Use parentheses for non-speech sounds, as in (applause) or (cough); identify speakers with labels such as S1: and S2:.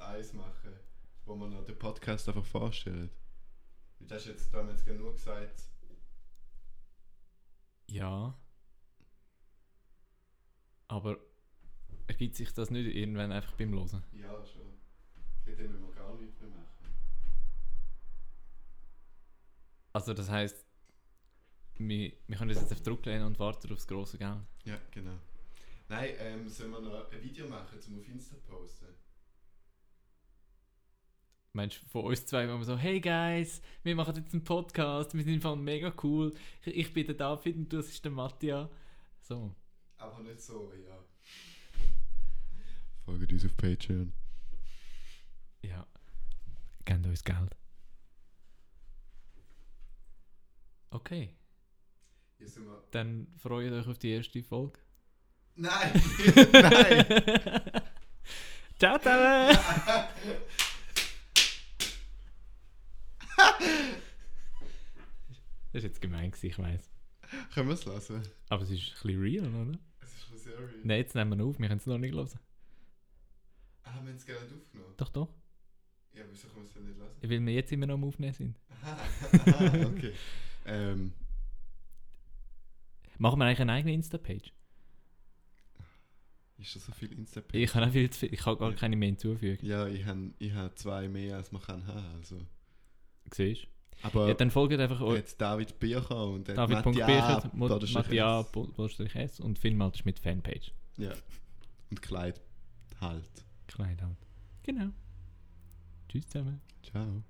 S1: eins machen, wo man noch den Podcast einfach vorstellt. Du hast jetzt, da haben wir jetzt genug gesagt,
S2: Ja. Aber ergibt sich das nicht irgendwann einfach beim Losen?
S1: ja schon. Dort müssen wir gar nichts mehr machen.
S2: Also das heisst, wir, wir können das jetzt auf Druck lehnen und warten aufs grosse Geld.
S1: Ja, genau. Nein, ähm, sollen wir noch ein Video machen, zum auf Insta posten?
S2: Mensch, von uns zwei, wo wir so, hey guys, wir machen jetzt einen Podcast, wir sind voll mega cool, ich, ich bin der David und das ist der Mattia. So,
S1: Aber nicht so, ja. Folgt uns auf Patreon.
S2: ja. Gebt uns Geld. Okay,
S1: Hier sind wir.
S2: dann freut euch auf die erste Folge.
S1: Nein! (laughs) Nein!
S2: Ciao zusammen! Das war jetzt gemein, gewesen, ich weiß.
S1: Können wir es lassen?
S2: Aber es ist ein bisschen real, oder?
S1: Es ist schon sehr real.
S2: Nein, jetzt nehmen wir auf, wir können es noch nicht hören.
S1: Ah, wir haben es gar nicht aufgenommen.
S2: Doch, doch.
S1: Ja, wieso können wir es denn nicht lassen?
S2: Weil wir jetzt immer noch am Aufnehmen sind.
S1: Aha, (laughs) okay. ähm,
S2: Machen wir eigentlich eine eigene Insta-Page?
S1: ist das so viel insta
S2: Ich kann, auch viel zu viel, ich kann gar keine mehr hinzufügen.
S1: Ja, ich habe ich hab zwei mehr, als man kann haben. Also.
S2: Siehst du?
S1: Aber
S2: Ja, dann folgt einfach euch.
S1: jetzt David Bircher und dann
S2: David.Birchert,
S1: Ab, oder so
S2: Mattia,
S1: etwas.
S2: Bostrich S und Filmalters mit Fanpage.
S1: Ja. Und Kleid halt.
S2: Klein halt. Genau. Tschüss zusammen.
S1: Ciao.